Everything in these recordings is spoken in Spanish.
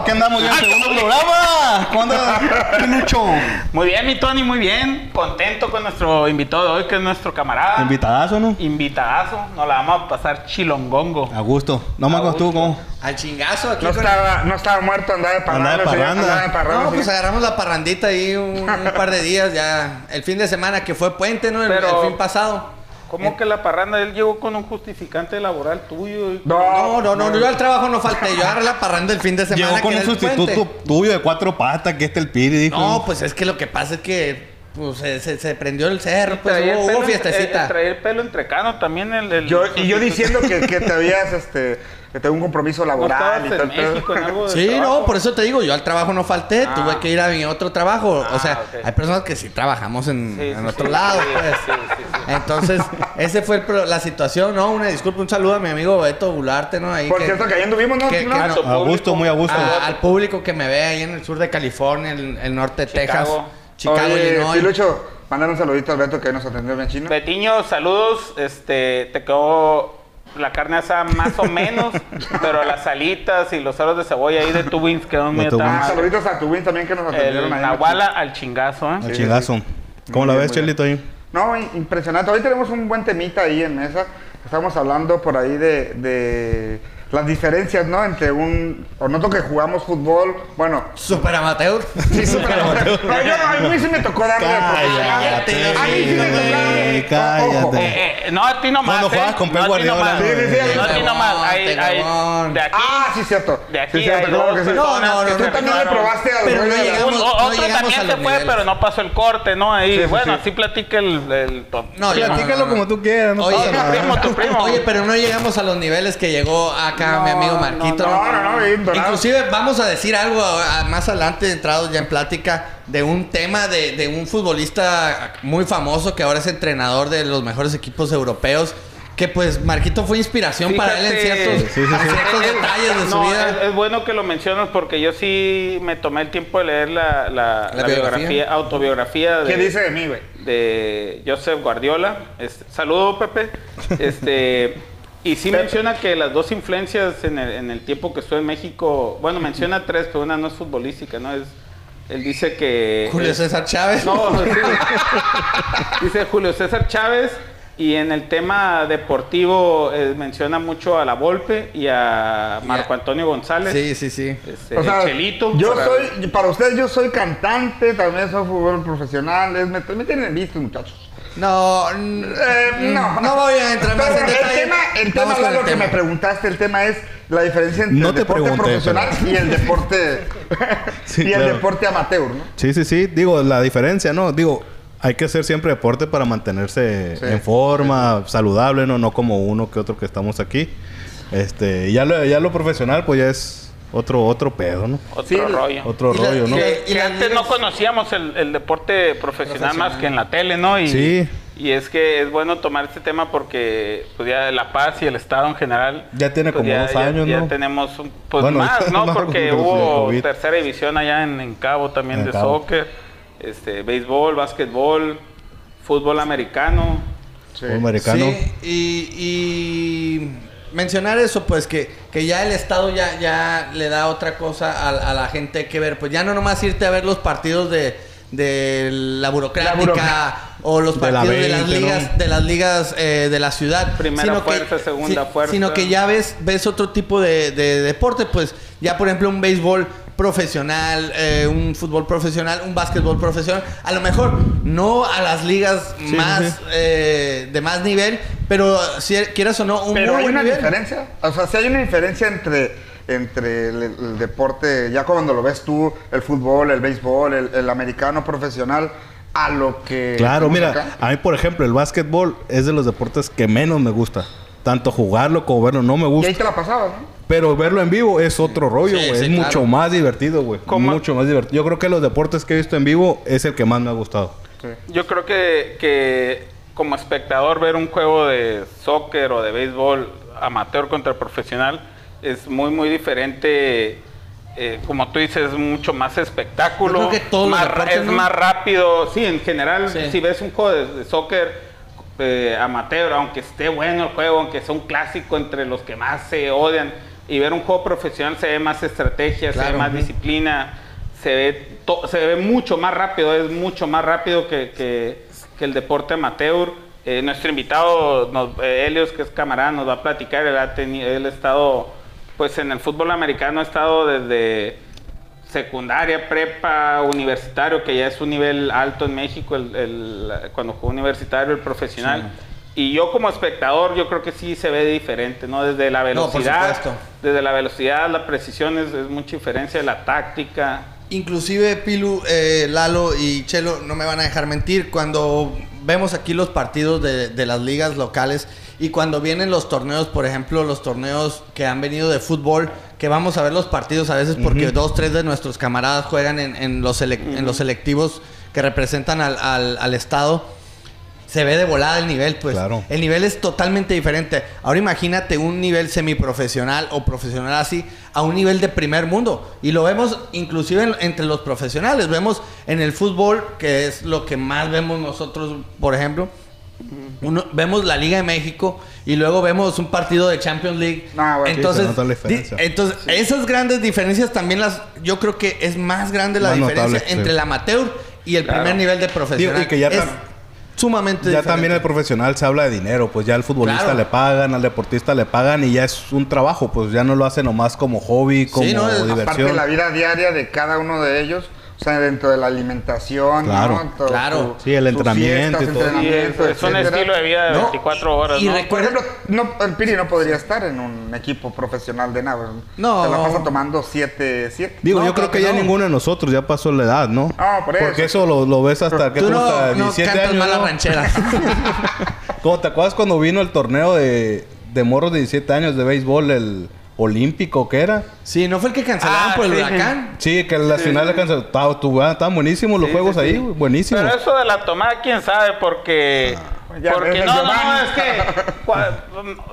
Aquí andamos ya en el segundo programa. ¿Cuándo? Minucho. Muy bien, mi Tony, muy bien. Contento con nuestro invitado de hoy, que es nuestro camarada. Invitadazo, ¿no? Invitadazo. Nos la vamos a pasar chilongongo. A gusto. No me A acuerdo tú, gusto. ¿cómo? Al chingazo aquí. No con- estaba, no estaba muerto, andaba de parranda. Andaba de señor, parranda. andaba de parranda, No, pues señor. agarramos la parrandita ahí un, un par de días ya. El fin de semana que fue puente, ¿no? El, Pero- el fin pasado. ¿Cómo que la parranda? Él llegó con un justificante laboral tuyo. y- No, no, no, yo al trabajo no falté. Yo agarré la parranda el fin de semana. Llegó con que un era el sustituto puente. tuyo de cuatro patas, que este el Piri, dijo. No, pues es que lo que pasa es que pues, se, se- se prendió el cerro, pues Traía el hubo, pelo hubo entre- fiestecita. eh, traía el pelo entre cano también. El, el- Yo- y yo diciendo que, que te habías, este, que tengo un compromiso No estabas laboral y en todo el pedo. México en algo de Sí, trabajo. no, por eso te digo, yo al trabajo no falté, Ah. tuve que ir a mi otro trabajo. Ah, o sea, ok. hay personas que sí trabajamos en, Sí, en sí, otro sí, lado, sí, pues. sí, sí, sí. Entonces, ese fue el pro- la situación, ¿no? Una disculpa, un saludo a mi amigo Beto Bularte, ¿no? Ahí Por cierto, que ahí anduvimos, ¿no? que- Sí, ¿no? que A su no. A gusto, público. muy a gusto. a- al público que me ve ahí en el sur de California, el, el norte de Texas, Chicago. Chicago, Oye, Illinois. sí, Lucho, mandar un saludito al Beto que hoy nos atendió bien chino. Betiño, saludos. Este, te quedó la carne asada más o menos, pero las alitas y los aros de cebolla ahí de tu wins quedaron muy De Tubins. Ah, atrás. saluditos a tu Win también que nos atendieron El ahí en la Nahuala al chingazo, ¿eh? Al sí, chingazo. sí. ¿Cómo Muy la bien, ves, muy bien. Chelito, ahí? No, i- impresionante. Hoy tenemos un buen temita ahí en mesa. Estamos hablando por ahí de, de las diferencias, ¿no? Entre un... O noto que jugamos fútbol, bueno... Super amateur. Sí, súper amateur. No, yo, a mí sí me tocó darle de Cállate, profesional. A mí sí me güey, tocaron. Ojo, cállate. ojo. Eh, eh, no, a ti nomás. Cuando eh. juegas con Pep no, a ti Guardiola, nomás. güey. Sí, sí, sí. No, a ti nomás. Hay, hay, Tegón. de aquí. Ah, sí, cierto. De aquí Sí, cierto, hay claro dos que sí. personas No, no, que no, Tú se no, también le rifaron. probaste al Pero no rey de la- llegamos. Un- o- otro llegamos a también los se fue, niveles. pero no pasó el corte, ¿no? Ahí, Sí, sí, bueno, sí. así platica el... el to- No, yo no, Platícalo no, no. como tú quieras, no Oye, pasa nada. primo, tu primo. Oye, pero no llegamos a los niveles que llegó acá mi amigo Marquito. no, no, no, bien dorado. Inclusive vamos a decir algo a- a- más adelante, entrados ya en plática, de un tema de, de un futbolista muy famoso que ahora es entrenador de los mejores equipos europeos. Que pues Marquito fue inspiración para él en Fíjate. ciertos, Sí, sí, sí. en ciertos Eh, eh, detalles de su no, vida. Es, es bueno que lo mencionas porque yo sí me tomé el tiempo de leer la, la- ¿La la biografía, biografía? autobiografía de, ¿Qué dice de mí, güey? de Joseph Guardiola. Este, saludo, Pepe. Este, y sí menciona que las dos influencias en el, en el tiempo que estuve en México, bueno, menciona tres, pero una no es futbolística, ¿no? Es, él dice que... eh, Julio César Chávez. No, sí. Dice Julio César Chávez. Y en el tema deportivo eh, menciona mucho a La Volpe y a Marco Antonio González. Sí, sí, sí. Este, O sea, Chelito. Yo Para- soy, para ustedes, yo soy cantante, también soy fútbol profesional. es- me, me tienen visto, muchachos. No, n- Eh, no. Mm, no voy a entrar más Pero en el detalle. tema, el tema, Vamos con Lalo, el que tema. me preguntaste, el tema es la diferencia entre No el te deporte pregunté, profesional y el deporte Sí, y el claro. deporte amateur, ¿no? Sí, sí, sí. Digo, la diferencia, ¿no? Digo, hay que hacer siempre deporte para mantenerse Sí. en forma, saludable, ¿no? No como uno que otro que estamos aquí. Este, y ya lo, ya lo profesional, pues ya es otro, otro pedo, ¿no? Otro Sí, rollo. Otro Y la- rollo, ¿no? y la- Que, que las antes ligas- no conocíamos el, el deporte profesional, Profesional. más que en la tele, ¿no? Y, Sí. y es que es bueno tomar este tema porque pues ya la paz y el Estado en general. Ya tiene pues, como dos años, ya ¿no? tenemos un- pues Bueno, más, ¿no? más Porque con los de hubo COVID. tercera división allá en, en Cabo también En de Cabo. soccer, este, béisbol, básquetbol, fútbol americano. Sí. Fútbol americano. Sí, y, y mencionar eso, pues que, que ya el Estado ya, ya le da otra cosa a, a la gente que ver. Pues ya no nomás irte a ver los partidos de, de la burocrática o los De la partidos de, las 20, ¿no? ligas, de las ligas eh, de la ciudad. Primera fuerza, segunda fuerza. Sino que ya ves, ves otro tipo de, de deporte, pues ya por ejemplo un béisbol profesional, eh, un fútbol profesional, un básquetbol profesional, a lo mejor no a las ligas Sí, más sí, sí. eh, de más nivel, pero si quieras o no, un Pero muy hay buen una nivel. diferencia. O sea, si hay una diferencia entre, entre el, el deporte, ya cuando lo ves tú, el fútbol, el béisbol, el, el americano profesional, a lo que. Claro, tenemos mira, acá. a mí, por ejemplo, el básquetbol es de los deportes que menos me gusta. Tanto jugarlo como verlo no me Y gusta. ahí te la pasabas, ¿no? Pero verlo en vivo es otro rollo, Sí, güey. sí, es claro. mucho más divertido, güey. ¿Cómo? Mucho más divertido. Yo creo que los deportes que he visto en vivo es el que más me ha gustado. Yo creo que, que como espectador ver un juego de soccer o de béisbol amateur contra profesional es muy muy diferente. eh, como tú dices, es mucho más espectáculo. Yo creo que todos los más ra- deportes, es ¿no? más rápido. Sí, en general, Sí. si ves un juego de, de soccer eh, amateur, aunque esté bueno el juego, aunque sea un clásico entre los que más se odian, Y ver un juego profesional se ve más estrategia, se Claro, ve más ujú. disciplina, se ve, to- se ve mucho más rápido, es mucho más rápido que, que- que el deporte amateur. Eh, nuestro invitado, nos, eh, Helios, que es camarada, nos va a platicar. Él ha, teni- él ha estado, pues en el fútbol americano ha estado desde secundaria, prepa, universitario, que ya es un nivel alto en México, el, el- cuando jugó universitario, el profesional. Y yo como espectador, yo creo que sí se ve diferente, ¿no? Desde la No, por velocidad, supuesto. desde la velocidad, la precisión es, es mucha diferencia, la táctica. Inclusive Pilu, eh, Lalo y Chelo no me van a dejar mentir. Cuando vemos aquí los partidos de, de las ligas locales y cuando vienen los torneos, por ejemplo, los torneos que han venido de fútbol, que vamos a ver los partidos a veces porque dos, tres de nuestros camaradas juegan en, en los, selec- en los selectivos que representan al, al- al Estado. Se ve de volada el nivel, pues. Claro. El nivel es totalmente diferente. Ahora imagínate un nivel semiprofesional o profesional así a un nivel de primer mundo. Y lo vemos inclusive en- entre los profesionales. Vemos en el fútbol, que es lo que más vemos nosotros, por ejemplo. Uno- vemos la Liga de México y luego vemos un partido de Champions League. Ah, bueno. Sí, se entonces, nota la di- diferencia. entonces esas grandes diferencias también las... Yo creo que es más grande la Más diferencia notable, sí. entre el amateur y el Claro. primer nivel de profesional. Digo, y que ya es tam- sumamente Ya diferente. también el profesional se habla de dinero, pues ya al futbolista Claro. le pagan, al deportista le pagan y ya es un trabajo, pues ya no lo hace nomás como hobby, como no, es- Aparte de diversión. la vida diaria de cada uno de ellos, o sea, dentro de la alimentación, Claro. ¿no? Todo Claro. Sí, el sus entrenamiento y su todo. Y es, entrenamiento, es un etcétera. estilo de vida de pues, No, 24 horas, y ¿no? recu- Por ejemplo, no, el Piri no podría estar en un equipo profesional de nada. No. Se la pasa tomando 7, 7. Digo, No, yo creo claro que que ya no. ninguno de nosotros ya pasó la edad, ¿no? Ah, por Porque eso. eso lo, lo ves hasta que Tú no, hasta no 17 cantas años. mal la ¿no? ranchera. ¿Cómo te acuerdas cuando vino el torneo de, de morros de 17 años de béisbol, el olímpico que era? sí, ¿no fue el que cancelaron Ah, por el sí. huracán? Sí, que en las finales cancel- Estaba- tu- ah, Estaban buenísimos los Sí, juegos sí, ahí, sí. güey, buenísimos. Pero eso de la tomada, quién sabe, porque. Ah, ya ves porque el no, no, Giovanni. es que. cua-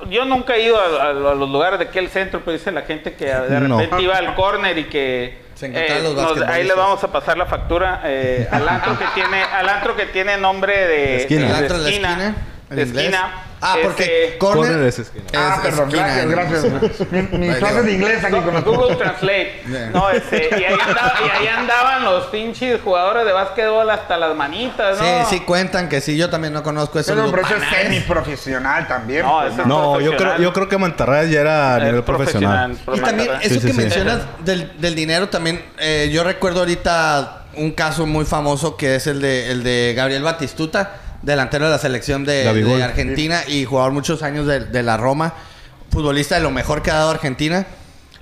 mm, Yo nunca he ido a, a- a los lugares de aquel centro, pero dice la gente que de No. repente iba al corner y que. eh, Se encontraban los nos- Ahí basquetbolistas. le vamos a pasar la factura eh, al antro que tiene, al antro que tiene nombre de Esquina. de El antro de la esquina, esquina, en de inglés. esquina. Ah, porque Este, corner, Corner es esquina. Ah, es perdón, esquina en- gracias, gracias. Mi- Mis Ahí clases va. de inglés aquí con Google nosotros. Translate. Yeah. No, este, y, ahí andaba- y ahí andaban los pinches jugadores de básquetbol hasta las manitas, ¿no? Sí, sí cuentan que sí, yo también no conozco eso. Pero, pero eso es semiprofesional también. No, pues, eso ¿no? No, yo creo, profesional. yo creo que Mantarraya ya era a Eh, nivel profesional. Y también Prometedor. es- eso Sí, sí, que sí. mencionas del, del dinero también, eh, yo recuerdo ahorita un caso muy famoso que es el de, el de Gabriel Batistuta, delantero de la selección de, Gabigol. de Argentina y jugador muchos años de, de la Roma, futbolista de lo mejor que ha dado Argentina.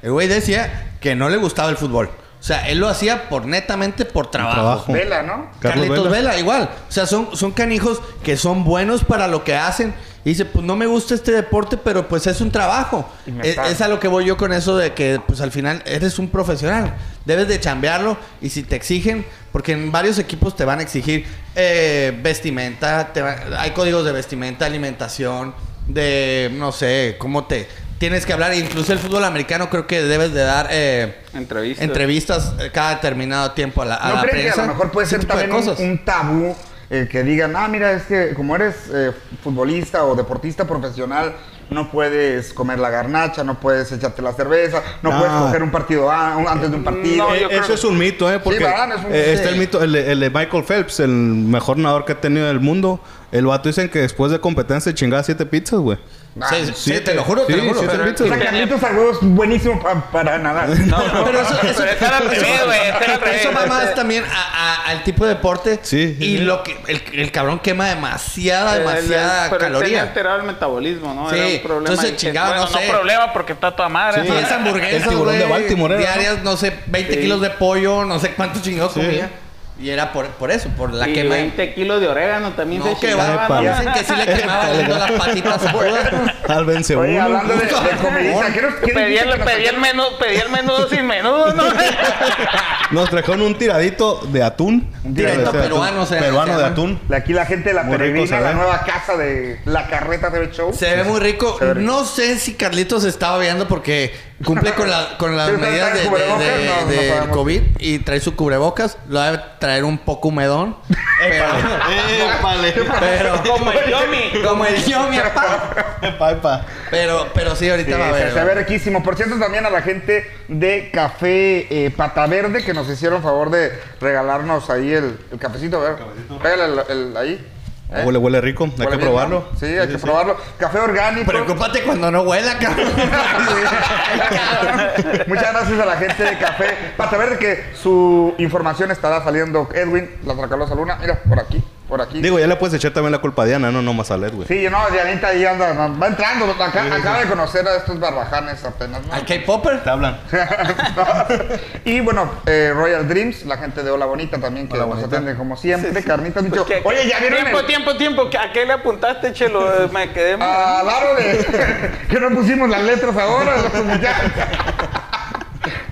El güey decía que no le gustaba el fútbol. O sea, él lo hacía por netamente por trabajo. trabajo. Vela, ¿no? Carlos Carlitos Vela. Vela. igual. O sea, son, son canijos que son buenos para lo que hacen. Y dice, pues no me gusta este deporte, pero pues es un trabajo. Y me Es, pagan. es a lo que voy yo con eso de que, pues al final eres un profesional. Debes de chambearlo y si te exigen, porque en varios equipos te van a exigir eh, vestimenta, te va- hay códigos de vestimenta, alimentación, de, no sé, cómo te... Tienes que hablar, incluso el fútbol americano creo que debes de dar... eh, Entrevistas. entrevistas eh, cada determinado tiempo a la, a ¿No la creen prensa. que a lo mejor puede ese ser tipo de también un, un tabú eh, que digan, ah, mira, es que como eres eh, futbolista o deportista profesional, no puedes comer la garnacha, no puedes echarte la cerveza, no Ah. puedes coger un partido a- un- antes de un partido. No, Eh, yo creo eso que- es un mito, ¿eh? Porque ¿verdad? Es un- eh, está sí. el mito, el, el de Michael Phelps, el mejor nadador que ha tenido el mundo. El vato dicen que después de competencia se chingaba siete pizzas, güey. Ah, Sí, sí, te lo juro, te sí, lo juro. sí, pero- sí, o sea, Carlitos Agüero es buenísimo pa- para nadar. No, no, pero eso, eso, pero ese era al eso- revés, güey, ese era al pero eso revés. va más también a- a- al tipo de deporte. Sí, sí, sí. Y lo que el, el cabrón quema demasiada, demasiada Pero él tenía caloría. alterado el metabolismo, ¿no? Sí, Era un problema. entonces, ahí que- chingado, bueno, no sé. problema porque está toda madre. Sí. ¿no? Diez El hamburguesas, tiburón de güey, Baltimore era, ¿no? diarias, no sé, 20 Sí. kilos de pollo, no sé cuántos chingados Sí. comía. Y era por, por eso, por la y quema. 20 kilos de orégano también No, se que chingaba, va, Epa. ¿no? dicen que sí le quemaba oliendo las patitas crudas. Al vence Oye, uno. hablando de, de comidita, ¿qué nos- qué Pedí dijiste que el, nos pedí el trajiste? menú- pedí el menudo sin menudo, ¿no? Nos trajeron un tiradito de atún. Un tiradito Ese de atún. peruano, o sea, Peruano se de llama. atún. Aquí la gente de la Muy rico, peregrina, ¿sabes? la nueva casa de la carreta de show. Eh, Se ve muy rico. Se ve rico. No sé si Carlitos estaba viendo porque cumple con, la- con las Sí, está- medidas está de, en de- cubrebocas, de- no, no del sabemos. COVID y trae su cubrebocas. Lo debe traer un poco humedón. Pero, Épale. pero Como el Yomi. como el yo, mi papá. Paipa. Pero, pero sí, ahorita Sí, va a se, haber. va se ve a haber. riquísimo. Por cierto, también a la gente de Café eh, Pata Verde que nos hicieron favor de regalarnos ahí el, el cafecito. ¿verdad? Pégale el, el- ahí. ¿eh? Ah, Huele, huele rico. Hay Huele que bien, probarlo. ¿no? Sí, hay que probarlo. Café orgánico. Preocúpate cuando no huela, cabrón. Muchas gracias a la gente de Café Pata Verde que su información estará saliendo. Edwin, la Tracalosa Luna. Mira, por aquí, por aquí. Digo, ya le puedes echar también la culpa a Diana, no nomás a Led, güey. Sí, no, Dianita ahí anda, no, va entrando, acá- acaba de conocer a estos barbajanes apenas. ¿no? Al K-Popper. Te hablan. y bueno, eh, Royal Dreams, la gente de Hola Bonita también, que Hola nos Bonita. atienden como siempre. Carnitas, Pues Micho. que- Oye, ya vieron Tiempo, el- tiempo, tiempo. ¿A qué le apuntaste, Chelo? Me quedé Ah, mal. al aro de... que no pusimos las letras ahora, los muchachos.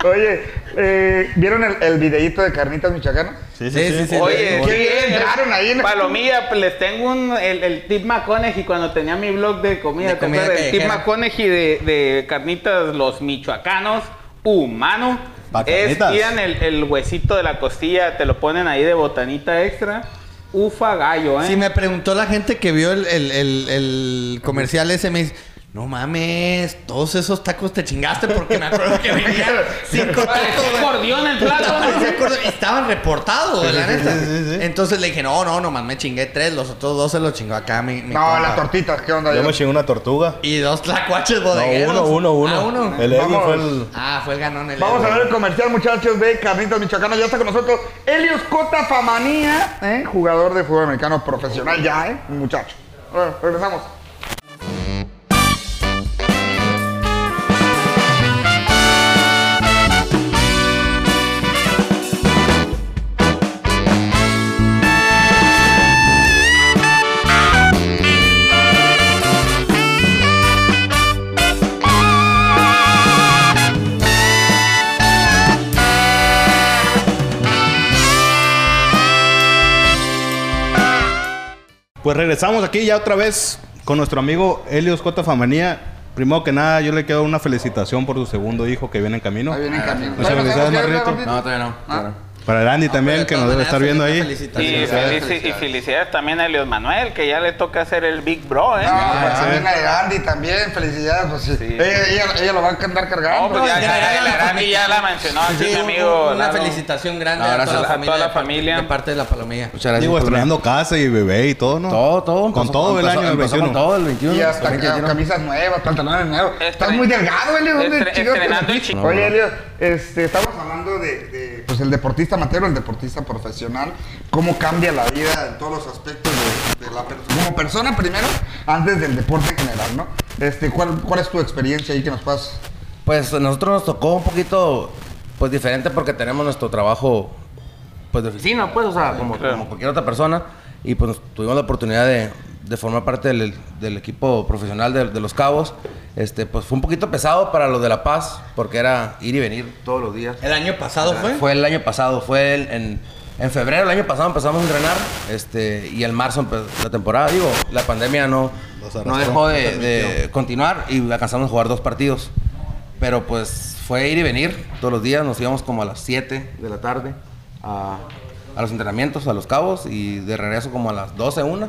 Oye, eh, ¿vieron el, el videíto de Carnitas Michoacanas? Sí, sí, sí. Oye, Qué sí, bien eh, entraron ahí, ¿no? Palomilla, pues, les tengo un, el, el Tip McConaughey cuando tenía mi blog de comida. De ¿te comida acuerdas? el Tip callejera. McConaughey de, de carnitas, los michoacanos, humano. Pa' Es, carnitas. tiran el, el huesito de la costilla, te lo ponen ahí de botanita extra. Ufa gallo, ¿eh? Si me preguntó la gente que vio el, el- el- el comercial ese, me dice, no mames, todos esos tacos te chingaste porque me acuerdo que venían cinco tacos. Parecía güey". acordeón el plato. Parecía acordeón. Y Estaban reportados, güey, la sí, neta. sí, sí, sí. Entonces le dije, no, no, nomás me chingué tres, los otros dos se los chingó acá mi, mi No, compa". las tortitas, ¿qué onda? Yo me chingué una tortuga. Y dos tlacuaches No, bodegueros. uno, uno, uno. Ah, uno. El Edwin Vamos. fue el. Ah, fue el ganón el Vamos a Edwin. ver el comercial, muchachos, de Carnitas Michoacanas. Ya está con nosotros Helios Cota Famanía, ¿eh? jugador de fútbol americano profesional ya, ¿eh? Un muchacho. Bueno, regresamos. Pues regresamos aquí ya otra vez con nuestro amigo Helios J. Famanía. Primero que nada, yo le quiero dar una felicitación por su segundo hijo que viene en camino. Ahí viene en camino. Muchas felicidades, Marrito. No, todavía Ah. no. todavía no. Para el Andy también, pero que de nos todas debe estar viendo maneras, ahí. feliz- Y felicidades, felici- y felicidades también a León Manuel, que ya le toca hacer el Big Bro, ¿eh? Ah, pues sí. también la de Andy también, felicidades, pues sí. Sí. Ella, ella- ella lo va a andar cargando. No, pues ya, ya, ya, ya, ya, ya, la Rami ya la mencionó aquí mi amigo. Una Lalo. felicitación grande No, a, gracias toda la a familia, toda la de parte- familia. De parte de la palomilla. Muchas gracias. Digo, por venir. estrenando casa y bebé y todo, ¿no? Todo, todo. Con empezó- todo el empezó- año del empezó 21. Con todo el 21. Y hasta también ca- que dieron- camisas nuevas, pantalones nuevos. Estre- Estás muy delgado, Elio. ¿dónde Estre- chingados te estrenando el metiste? chico. Oye, Elio, este, estamos hablando de, de, pues, el deportista amateur, el deportista profesional, cómo cambia la vida en todos los aspectos de, de la persona. Como persona primero, antes del deporte en general, ¿no? Este, ¿cuál, ¿Cuál es tu experiencia ahí que nos puedas... Pues a nosotros nos tocó un poquito, pues diferente porque tenemos nuestro trabajo, pues de oficina, pues, o sea, como, claro. como cualquier otra persona. Y pues tuvimos la oportunidad de, de formar parte del, del equipo profesional de, de Los Cabos. Este, pues fue un poquito pesado para los de La Paz porque era ir y venir todos los días. ¿El año pasado fue? Fue el año pasado, fue el- en, en febrero del año pasado empezamos a entrenar este, y en marzo empezó la temporada. Digo, la pandemia no, Nos arrastró, no dejó de, nos de continuar y alcanzamos a jugar dos partidos. Pero pues fue ir y venir todos los días, nos íbamos como a las 7 de la tarde a, a los entrenamientos, a los cabos y de regreso como a las 12, 1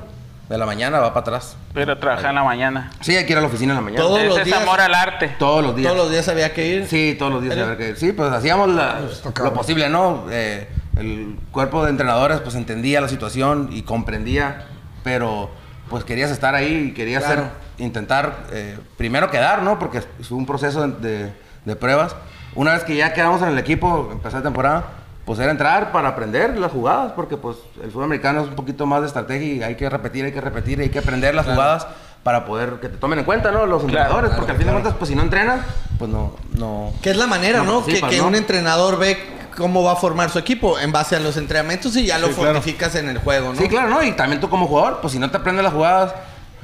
de la mañana va para atrás. Pero trabaja en la mañana. Sí, hay que ir a la oficina en la mañana. Todos Ese los es días. amor al arte. Todos los días. Todos los días había que ir. Sí, todos los días. a ver qué- sí, pues hacíamos la- tocaba. lo posible, ¿no? Eh, el cuerpo de entrenadores pues entendía la situación y comprendía, pero pues querías estar ahí y querías Claro. hacer- intentar eh, primero quedar, ¿no? Porque es un proceso de, de pruebas. Una vez que ya quedamos en el equipo, empezó la temporada, pues era entrar para aprender las jugadas, porque pues el fútbol americano es un poquito más de estrategia y hay que repetir, hay que repetir, hay que aprender las jugadas para poder que te tomen en cuenta, ¿no? Los entrenadores, porque al fin de cuentas, pues si no entrenas, pues no, no, Que es la manera, ¿no? No que participas, que ¿no? un entrenador ve cómo va a formar su equipo en base a los entrenamientos y ya lo Sí, claro. fortificas en el juego, ¿no? Sí, claro, ¿no? Y también tú como jugador, pues si no te aprendes las jugadas,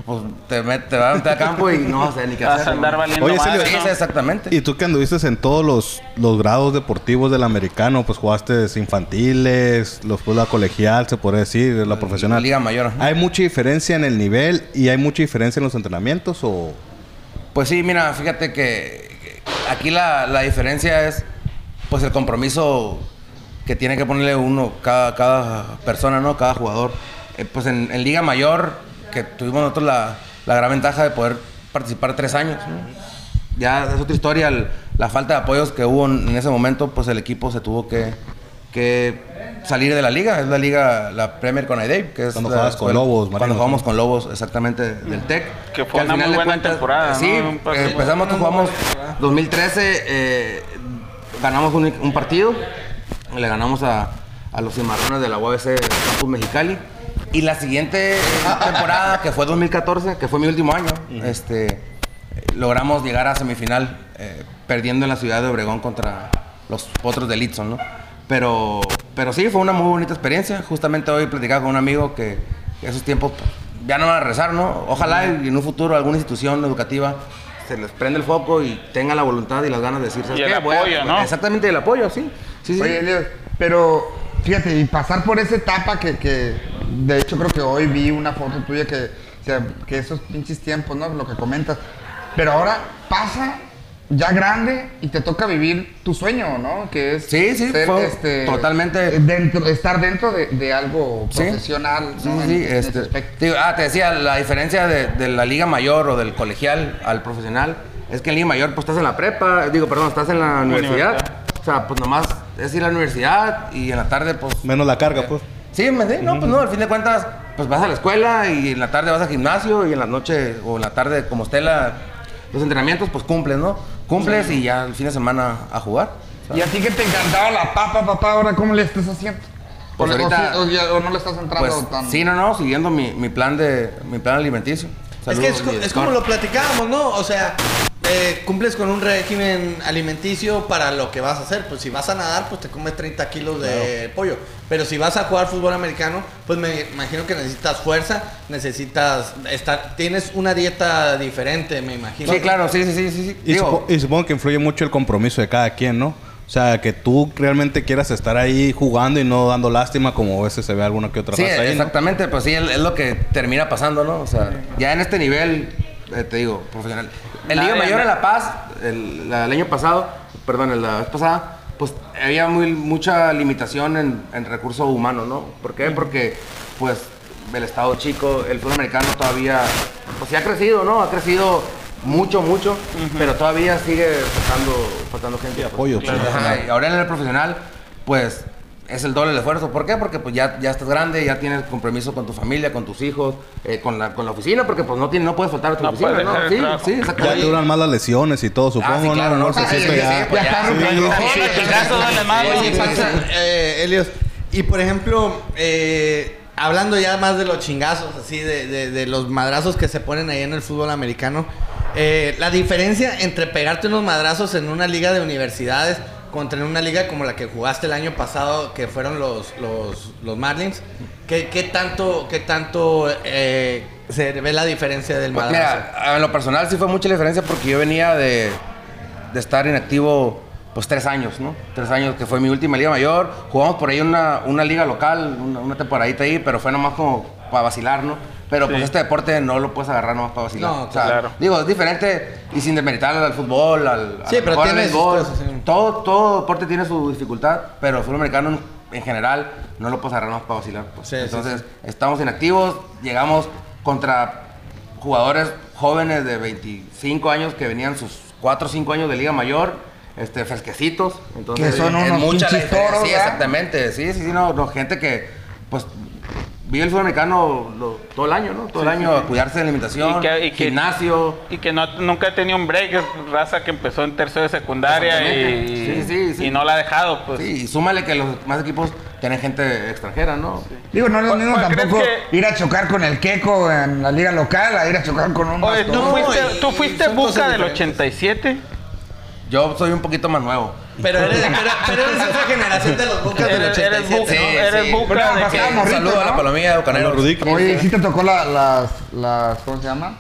pues te, met- te vas a meter a campo y no vas a saber ni qué hacer. Vas a andar ¿no? valiendo Oye, ese madre, Sí, ¿no? sí, exactamente. Y tú que anduviste en todos los, los grados deportivos del americano, pues jugaste infantiles, los fue la colegial, se podría decir, la profesional. Liga Mayor. ajá. ¿Hay mucha diferencia en el nivel y hay mucha diferencia en los entrenamientos o...? Pues sí, mira, fíjate que que aquí la, la diferencia es pues el compromiso que tiene que ponerle uno cada, cada persona, ¿no? Cada jugador. Eh, pues en, en Liga Mayor, que tuvimos nosotros la, la gran ventaja de poder participar tres años. ¿no? Ya es otra historia el- la falta de apoyos que hubo en en ese momento, pues el equipo se tuvo que, que salir de la liga. Es la liga, la Premier con IDAVE, que es Cuando la- jugabas con Lobos, Marino, Cuando ¿no? jugamos con Lobos, exactamente, del TEC. Que fue al una final muy de buena temporada, Sí, ¿no? Un partido- empezamos, una muy jugamos buena temporada. 2013, eh, ganamos un, un partido, le ganamos a, a los cimarrones de la UABC Campus Mexicali. Y la siguiente temporada, que fue 2014, que fue mi último año, este, eh, logramos llegar a semifinal, eh, perdiendo en la ciudad de Obregón contra los potros de Litson, ¿no? Pero, pero sí, fue una muy bonita experiencia. Justamente hoy platicaba con un amigo que esos tiempos ya no van a rezar, ¿no? Ojalá y en un futuro alguna institución educativa se les prende el foco y tenga la voluntad y las ganas de decir, Y el qué? Voy a- apoyo, ¿no? Exactamente, el apoyo, sí. Sí, sí. Oye, Leo, pero fíjate, y pasar por esa etapa que, que de hecho creo que hoy vi una foto tuya que, o sea, que esos pinches tiempos, ¿no? Lo que comentas. Pero ahora pasa ya grande y te toca vivir tu sueño, ¿no? Que es este, Sí, sí, fue totalmente- dentro, estar dentro de, de algo Sí. profesional. Sí, ¿no? En- sí, en ese este, aspecto. te digo, ah, te decía, la diferencia de, de la liga mayor o del colegial al profesional es que en liga mayor pues estás en la prepa, digo, perdón, estás en la universidad. Universidad. O sea, pues nomás es ir a la universidad y en la tarde pues... Menos la carga, pues. Sí, me- sí, no, pues no, al fin de cuentas pues vas a la escuela y en la tarde vas al gimnasio y en la noche o en la tarde como esté la, los entrenamientos pues cumples, ¿no? Cumples y ya el fin de semana a jugar. O sea, Y a ti que te encantaba la papa, papá, ahora ¿cómo le estás haciendo? Pues o, le- o ahorita- sí- o ya- o no le estás entrando pues tan... sí, no, no, siguiendo mi, mi plan de mi plan alimenticio. es que es, Saludos, co- mi es como doctor. lo platicábamos, ¿no? O sea, eh, cumples con un régimen alimenticio para lo que vas a hacer. Pues si vas a nadar, pues te comes 30 kilos de pollo. Pero si vas a jugar fútbol americano, pues me imagino que necesitas fuerza, necesitas estar, tienes una dieta diferente, me imagino. Sí, claro, sí, sí, sí, sí. sí. Y, Digo, supo- y supongo que influye mucho el compromiso de cada quien, ¿no? O sea, que tú realmente quieras estar ahí jugando y no dando lástima como a veces se ve alguna que otra sí, raza ahí, ¿no? exactamente, pues sí, es es lo que termina pasando, ¿no? O sea, ya en este nivel, eh, te digo, profesional. El Liga Nadie- Mayor de La Paz, el, la- el año pasado, perdón, la vez pasada, pues había muy, mucha limitación en, en recursos humanos, ¿no? ¿Por qué? Porque, pues, el Estado chico, el fútbol americano todavía, pues sí ha crecido, ¿no? Ha crecido mucho, mucho, pero todavía sigue faltando, faltando gente. Y pues. apoyo, pues. Ajá, y ahora en el profesional, pues es el doble el esfuerzo. ¿Por qué? Porque pues ya, ya estás grande, ya tienes compromiso con tu familia, con tus hijos, eh, con, la, con la oficina, porque pues no, tiene, no puedes faltar a tu No oficina, puedes ¿no? dejar el Sí, trabajo. sí, Ya exactamente. duran más las lesiones y todo, supongo, Ah, sí, claro, ¿no? ¿no? Se Ah, siente sí, ya- sí, pues, ya está sí, rompiendo. sí, Sí, sí, el brazo sí, duele más, sí, ¿no? sí, Oye, sí, pasa, sí. eh, Elios, y por ejemplo, eh, hablando ya más de los chingazos, así, de, de- de los madrazos que se ponen ahí en el fútbol americano, eh, la diferencia entre pegarte unos madrazos en una liga de universidades contra en una liga como la que jugaste el año pasado, que fueron los, los, los Marlins, ¿qué, qué tanto, qué tanto eh, se ve la diferencia del Pues, madrazo? mira, en lo personal sí fue mucha la diferencia porque yo venía de, de estar inactivo pues tres años, ¿no? Tres años que fue mi última liga mayor. Jugamos por ahí una, una liga local, una, una temporadita ahí, pero fue nomás como para vacilar, ¿no? Pero pues Sí. este deporte no lo puedes agarrar nomás para vacilar. No, O sea, claro. Digo, es diferente y sin demeritar al fútbol, al, Sí, al pero mejor tiene sus béisbol. cosas, sí. todo, todo deporte tiene su dificultad, pero el fútbol americano en, en general no lo puedes agarrar nomás para vacilar. pues. Sí, sí, Entonces, estamos inactivos, llegamos contra jugadores jóvenes de 25 años que venían sus 4 o 5 años de Liga Mayor, este, fresquecitos. Entonces, Que son es unos mucha pinches la diferencia. toros, Sí, ¿verdad? exactamente. Sí, sí, sí, no, no, gente que, pues, vive el sudamericano lo- todo el año, ¿no? Todo el año a cuidarse de la alimentación, Y que- y que- gimnasio. Y que no, nunca ha tenido un break, es raza que empezó en tercero de secundaria y, Exactamente. Sí, sí, sí. y no la ha dejado, pues. Sí, y súmale que los demás equipos tienen gente extranjera, ¿no? Digo, no es lo ¿Cuál- mismo cuál crees tampoco que- ir a chocar con el Queco en la liga local, a ir a chocar con un... Oye, bastón. ¿tú No, fuiste, y- tú y fuiste son cosas Buca del diferentes. 87? Yo soy un poquito más nuevo. Pero eres, pero, pero eres esa generación de los Bucas del Eres, eres 87, Buca, Sí, ¿no? eres sí. Buca Pero de acá que- estamos. Un saludo a la palomía de Bucaneros. Rudick. Oye, ¿y sí te tocó la- las, las... ¿Cómo se llama?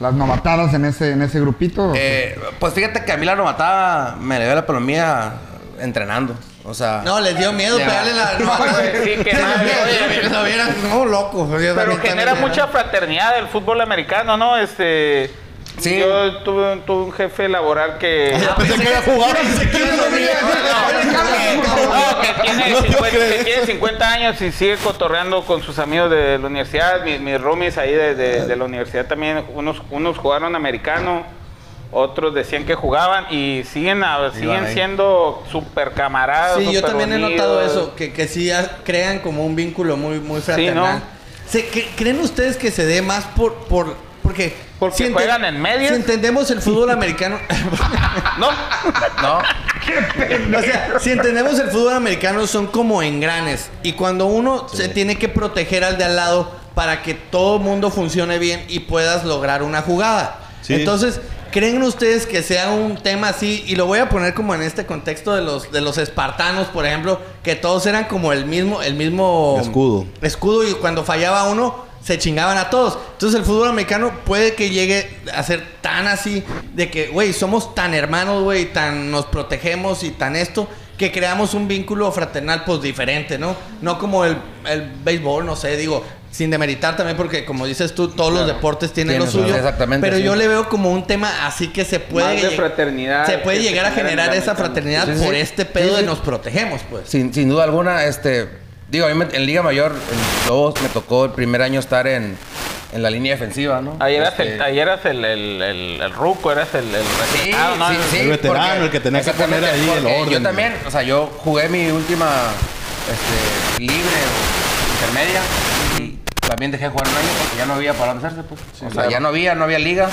Las novatadas en ese, en ese grupito. Eh, pues fíjate que a mí la novatada me le dio la palomía entrenando. O sea, No, les dio miedo Ya. pegarle la. No, güey, sí, que madre, oye. Lo vieran, no, loco. Yo Pero también- genera también- mucha fraternidad el fútbol americano, ¿no? Este. Sí. Yo tuve, un- tuve un jefe laboral que. Ah, pensé que era jugador. Pensé que era No, que tiene tiene, No, no 50, crees. que tiene 50 años y sigue cotorreando con sus amigos de la universidad, mis, mis roomies ahí de, de- de la universidad también, unos, unos jugaron americano, otros decían que jugaban y siguen, a- siguen ahí. siendo super camaradas. Sí, yo súper también he unidos. notado eso, que, que sí ah, crean como un vínculo muy, muy fraternal. ¿no? Se- cre- ¿Creen ustedes que se dé más por... por porque Porque ente- juegan en medias. Si entendemos el fútbol americano... No, No, o sea, si entendemos el fútbol americano son como engranes. Y cuando uno se tiene que proteger al de al lado para que todo el mundo funcione bien y puedas lograr una jugada. Sí. Entonces, ¿creen ustedes que sea un tema así? Y lo voy a poner como en este contexto de los, de los espartanos, por ejemplo, que todos eran como el mismo, el mismo Escudo. escudo y cuando fallaba uno se chingaban a todos. Entonces el fútbol americano puede que llegue a ser tan así de que, güey, somos tan hermanos, güey, tan nos protegemos y tan esto que creamos un vínculo fraternal pues diferente, ¿no? No como el, el béisbol, no sé, digo, sin demeritar también porque como dices tú, todos los deportes tienen lo Tienes razón. suyo. Exactamente, Pero sí. yo le veo como un tema así que se puede Más de lleg- fraternidad Se puede que se llegar a genera en generar el esa americano. fraternidad Sí, sí. por este pedo Sí, sí. de nos protegemos, pues. sin, sin duda alguna, este. Digo, a mí me- en Liga Mayor, en Lobos, me tocó el primer año estar en, en la línea defensiva, ¿no? ayer eras Este, el, ayer eras el, el, el- el ruco, eras el, el Sí, Ah, respetado, ¿no? sí, sí, El veterano, porque- el que tenía que exactamente, poner ahí el porque orden, Yo güey. también, o sea, yo jugué mi última este, libre o intermedia y también dejé de jugar un año porque ya no había para dónde hacerse, pues. o sea, ya no había, no había liga.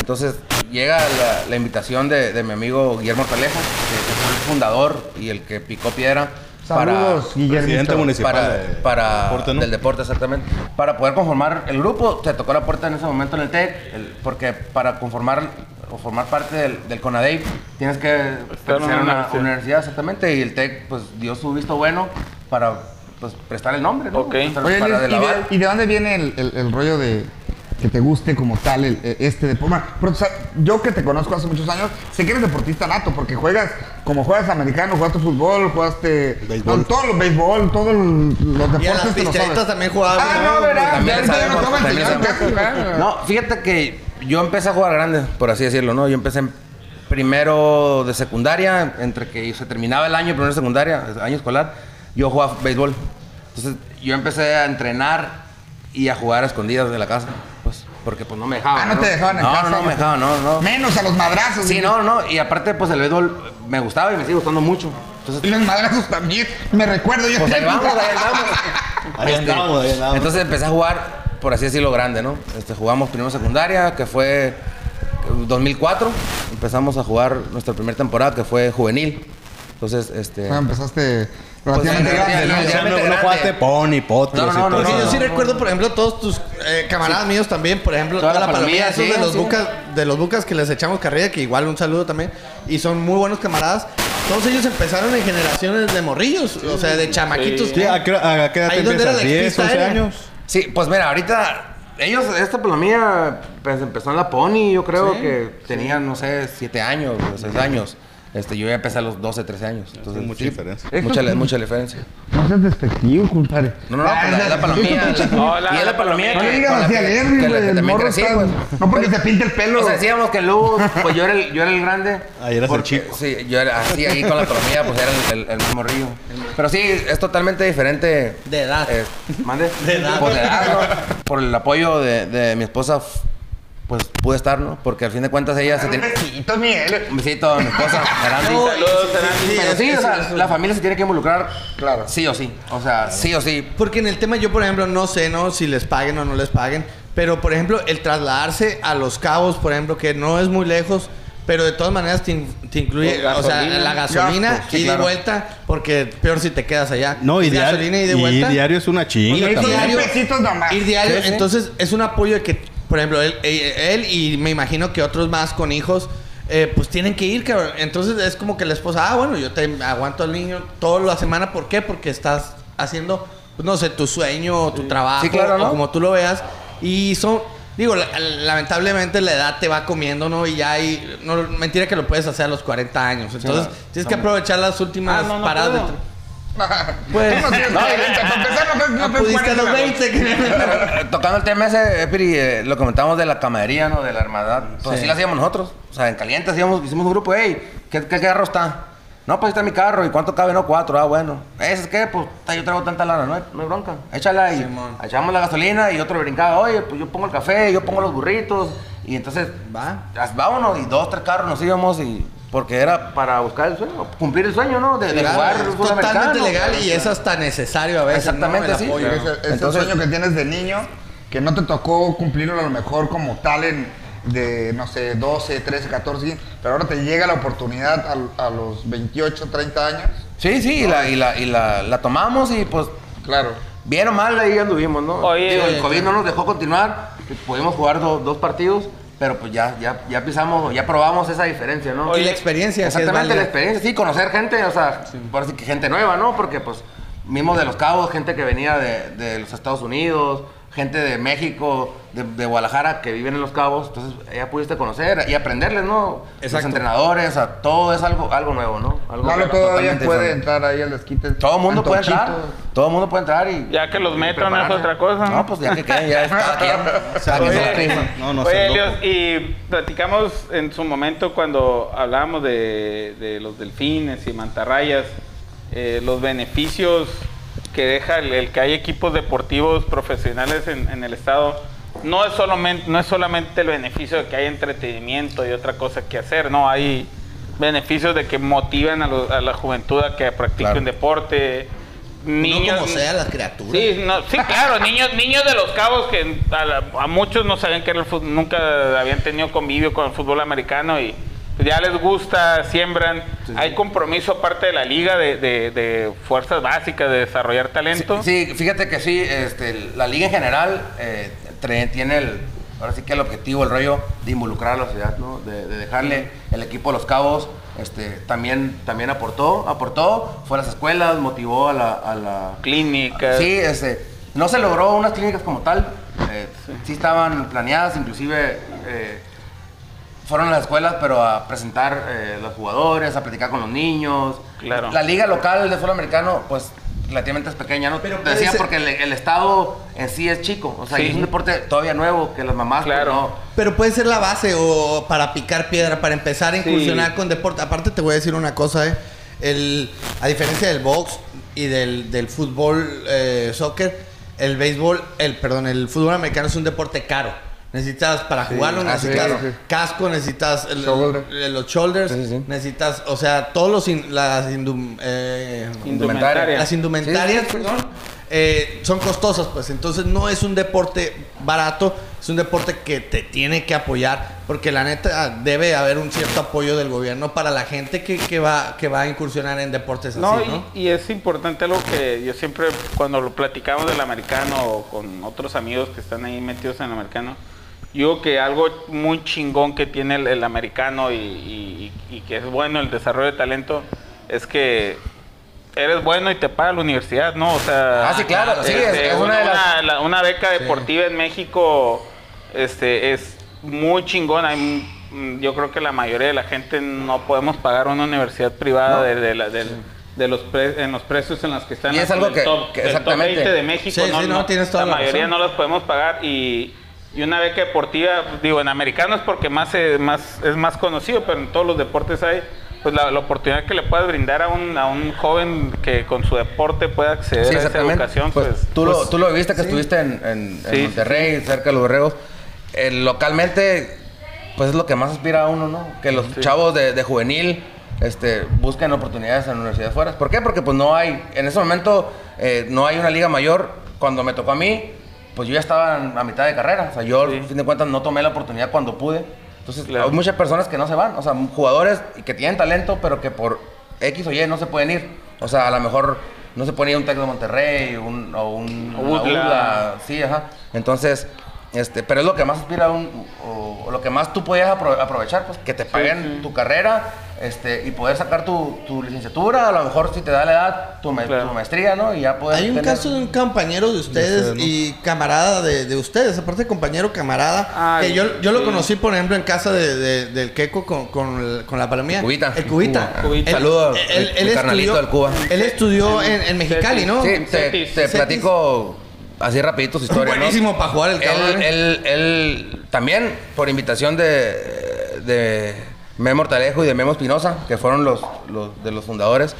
Entonces llega la, la invitación de, de mi amigo Guillermo Ortalejo, que fue el fundador y el que picó piedra Saludos, Presidente Guillermo. municipal para, de- para deporte, ¿no? del deporte exactamente para poder conformar el grupo se tocó la puerta en ese momento en el TEC el- porque para conformar o formar parte del, del CONADEIP tienes que ser en una, una universidad. universidad. exactamente y el TEC pues dio su visto bueno para pues prestar el nombre ¿no? Ok. Prestar- Oye, para Luis, ¿y, delavar. de, y de dónde viene el, el- el rollo de que te guste como tal el- e- este deporte? Bueno, pero, o sea, yo que te conozco hace muchos años, sé que eres deportista nato, porque juegas, como juegas americano, jugaste fútbol, jugaste Béisbol. no, todo el béisbol, todos los deportes. Y a las te lo sabes. pistolitas también jugaba. Ah, güey. no, verás, ya También ahorita ya no sabemos, toman también señal, sabemos. ya se juega. No, fíjate que yo empecé a jugar grande, por así decirlo, ¿no? Yo empecé en primero de secundaria, entre que se terminaba el año, primero de secundaria, año escolar, yo jugaba béisbol. Entonces yo empecé a entrenar y a jugar a escondidas de la casa, pues, porque pues no me dejaban. Ah, no te dejaban en No, casa. No, no me dejaban, no, no. Menos a los madrazos. Sí, no, no, y aparte pues el béisbol me gustaba y me sigue gustando mucho. Y Entonces, los madrazos también. Me recuerdo yo. pues ahí vamos, ahí vamos. Ahí Este, andamos, ahí andamos. Entonces empecé a jugar, por así decirlo, grande, ¿no? Este, jugamos primero secundaria, que fue 2004. Empezamos a jugar nuestra primera temporada, que fue juvenil. Entonces, este... Ah, empezaste relativamente Pues, O sea, grande, ¿no? no, Realmente no grande. jugaste pony, potros No, no, y todo no, Porque eso. yo sí recuerdo, por ejemplo, todos tus eh, camaradas míos también, por ejemplo, toda, la palomilla, esos sí, de los sí. bucas, de los bucas que les echamos carrilla, que igual un saludo también, y son muy buenos camaradas. Todos ellos empezaron en generaciones de morrillos, o sea, de chamaquitos. Sí, ¿a qué, a- a qué edad Ahí te donde era empiezas? la ¿10, pista 11 aérea. años? Sí, pues mira, ahorita... Ellos, esta palomía, pues empezó en la Pony, yo creo que tenían, no sé, 7 años, 6 años. Este, yo ya empecé a los 12, 13 años. Entonces, mucha sí, diferencia. Mucha, la- mucha diferencia. No seas despectivo, compadre. No, no, no, pues la, es la palomilla. la- No, la- y es la la palomilla. palomilla. No que- le digas con la así que- al que Henry, la güey. que El también morro crecí, está... pues. No porque se pinte el pelo. O sea, decíamos que luego, pues yo era el, yo era el grande. Ahí Ah, eras el porque- chico. Sí, yo era así, ahí con la palomilla, pues era el, el, el mismo río. Pero sí, es totalmente diferente. De edad. Eh, ¿Mande? De edad. Por, la edad, ¿no? Por el apoyo de, de mi esposa, f- pues pude estar, ¿no? Porque al fin de cuentas ella se tiene. Besitos, Miguel. Un besito a mi esposa, Arandi. No, Saludos, sí, Arandi. sí, Pero es- sí, es- o sea, es- la familia se tiene que involucrar. Claro. Sí o sí. O sea, sí o sí. Porque en el tema yo, por ejemplo, no sé, ¿no? Si les paguen o no les paguen. Pero, por ejemplo, el trasladarse a Los Cabos, por ejemplo, que no es muy lejos, pero de todas maneras te, in- te incluye, Pues, o sea, gasolina. la gasolina Gastos, sí, y de claro. vuelta, porque peor si te quedas allá. No, y, diario, gasolina y de y vuelta. diario es una chinga Ir Esos también. diez pesitos nomás. Ir diario. Sí, sí. Entonces, es un apoyo de que, por ejemplo, él, eh, él y me imagino que otros más con hijos, eh, pues tienen que ir, cabrón. Entonces, es como que la esposa, ah, bueno, yo te aguanto al niño toda la semana. ¿Por qué? Porque estás haciendo, pues, no sé, tu sueño o tu trabajo, Sí, claro, o ¿no? como tú lo veas. Y son. Digo, la- lamentablemente la edad te va comiendo, ¿no? Y ya hay... No, mentira que lo puedes hacer a los 40 años. Entonces, no, tienes que aprovechar las últimas Ah, no, no paradas de puedo. tra- Pues... No, tienes 40, para empezar, no, pues, no, no, Acudiste a los 40. 20. que- Eh, Tocando el tema ese, Epiri, eh, lo comentábamos de la camaradería, ¿no? De la hermandad. Pues así la hacíamos nosotros. O sea, en caliente hacíamos, hicimos un grupo, hey, ¿qué, qué, qué carro está? No, pues ahí está mi carro. ¿Y cuánto cabe? No, cuatro. Ah, bueno. ¿Eso es que, Pues ta- yo traigo tanta lana. No hay, no hay bronca. Échala y Simón. echamos la gasolina y otro brincaba. Oye, pues yo pongo el café, yo pongo los burritos. Y entonces, Va. as- vámonos. Y dos, tres carros nos íbamos y... Porque era para buscar el sueño, cumplir el sueño, ¿no? De, de Claro, jugar es fútbol totalmente americano. legal y es hasta necesario a veces. ¿no? Exactamente, El sí. apoyo. Claro. Es, el- es Entonces- el sueño que tienes de niño, que no te tocó cumplirlo a lo mejor como tal en de, no sé, 12, 13, 14, 15, pero ahora te llega la oportunidad a, a los 28, 30 años. Sí, sí, y, la, y, la, y la, la tomamos y pues Claro. bien o mal ahí anduvimos, ¿no? Oye, Digo, oye, el COVID claro. no nos dejó continuar, pudimos jugar do- dos partidos, pero pues ya, ya, ya pisamos, ya probamos esa diferencia, ¿no? Y la experiencia, que es Exactamente, la válida. experiencia, sí, conocer gente, o sea, por así que gente nueva, ¿no? Porque pues mismo de los cabos, gente que venía de, de los Estados Unidos, gente de México, de, de Guadalajara que viven en los cabos, entonces ya pudiste conocer y aprenderles, ¿no? Los Exacto. entrenadores, o sea, todo es algo, algo nuevo, ¿no? Algo Lalo todavía totalmente puede diferente. entrar ahí al desquite. Todo el mundo puede entrar. Antochito. Todo el mundo puede entrar y. Ya que los y metan, prepararse. es otra cosa, ¿no? No, pues ya que queden, ya está. Ya, sea, ya que se oye, rifan. No, no Oye, seas Elios, loco. y platicamos en su momento cuando hablábamos de, de los delfines y mantarrayas, eh, los beneficios que deja el, el que hay equipos deportivos profesionales en, en el estado. No es, solamente, no es solamente el beneficio de que hay entretenimiento y otra cosa que hacer, no, hay beneficios de que motivan a, los- a la juventud a que practique Claro. un deporte. No Niños, como sea las criaturas. Sí, no, sí, claro, niños, niños de los cabos que a, la- a muchos no sabían que era el fútbol, nunca habían tenido convivio con el fútbol americano y pues, ya les gusta, siembran. Hay compromiso aparte de la liga de, de- de fuerzas básicas, de desarrollar talento. Sí, fíjate que sí, este, la liga en general eh, tre- tiene el, ahora sí que el objetivo, el rollo de involucrar a la sociedad, ¿no? de, de dejarle el equipo a los cabos, este, también, también aportó, aportó, fue a las escuelas, motivó a la, a la- Clínicas. Sí, este, no se logró unas clínicas como tal, eh, sí. estaban planeadas, inclusive eh, fueron a las escuelas, pero a presentar eh, los jugadores, a platicar con los niños. Claro. La liga local de fútbol americano, pues relativamente es pequeña, ¿no? Pero pues, Te decía puede ser- porque el, el estado en sí es chico, o sea, y Sí. es un deporte todavía nuevo que las mamás pues, Claro. no. Pero puede ser la base o para picar piedra, para empezar a incursionar Sí. con deporte. Aparte te voy a decir una cosa, eh. El, a diferencia del box y del, del fútbol, eh, soccer, el béisbol, el perdón, el fútbol americano es un deporte caro. Necesitas para jugarlo, ah, sí, necesitas claro, sí. casco, necesitas el- Shoulder. el- los shoulders, Sí, sí. necesitas, o sea, todos los in- las indum- eh, Indumentaria. las indumentarias, Sí, sí, sí. perdón, eh, son costosas, pues. Entonces no es un deporte barato, es un deporte que te tiene que apoyar, porque la neta debe haber un cierto apoyo del gobierno para la gente que, que va que va a incursionar en deportes No, así, y- ¿no? Y, es importante algo que yo siempre, cuando lo platicamos del americano o con otros amigos que están ahí metidos en el americano, yo digo que algo muy chingón que tiene el, el americano y, y- y- y que es bueno el desarrollo de talento es que eres bueno y te paga la universidad, ¿no? O sea, Ah, sí, claro, sí, es- este, es una, una de las- una- la- una beca deportiva en México este, es muy chingona. Hay m- m- yo creo que la mayoría de la gente no podemos pagar una universidad privada de, de la- del- de los pre- en los precios en los que están Y es en algo el que- top, que del top exactamente. 20 de México. Sí, sí, no, tienes toda la, la mayoría razón. no las podemos pagar y, y una beca deportiva, pues, digo, en americanos porque más, se- más es más conocido, pero en todos los deportes hay pues la, la oportunidad que le puedas brindar a un, a un joven que con su deporte pueda acceder Sí, a esa exactamente. educación, Pues, pues, tú, lo, tú lo viste que sí. estuviste en, en- en Sí, Monterrey, cerca de los borregos. Eh, localmente, pues es lo que más aspira a uno, ¿no? Que los chavos de, de juvenil este, busquen oportunidades en universidades fuera. ¿Por qué? Porque pues no hay, en ese momento eh, no hay una liga mayor. Cuando me tocó a mí, pues yo ya estaba en- a mitad de carrera. O sea, yo, Sí. al fin de cuentas, no tomé la oportunidad cuando pude. Entonces, Claro. hay muchas personas que no se van. O sea, jugadores que tienen talento, pero que por X o Y no se pueden ir. O sea, a lo mejor no se pueden ir a un Tec de Monterrey un- o un... O una UDLA. UDLA, Sí, ajá. Entonces, este, pero es lo que más aspira a un... O, o lo que más tú puedes apro- aprovechar, pues, que te paguen tu carrera este, y poder sacar tu, tu licenciatura. A lo mejor, si te da la edad, tu, ma- Claro. tu maestría, ¿no? Y ya puedes Hay un tener- caso de un compañero de ustedes ustedes, ¿no? y camarada de, de ustedes, aparte compañero camarada, Ay, que yo, yo lo sí. conocí, por ejemplo, en casa de- de- del Queco con, con, el- con la palomía. El Cubita. El Cubita. El Cubita. Él- Saludo, él- el- él el carnalito estudió, del Cuba. Él estudió en, en Mexicali, ¿no? Sí, te, Cetis. te Cetis. platico así rapidito su historia, ¿no? Buenísimo para jugar el cabrón. ¿eh? Él, él- él también, por invitación de, de Memo Hortalejo y de Memo Espinosa, que fueron los, los- de los fundadores.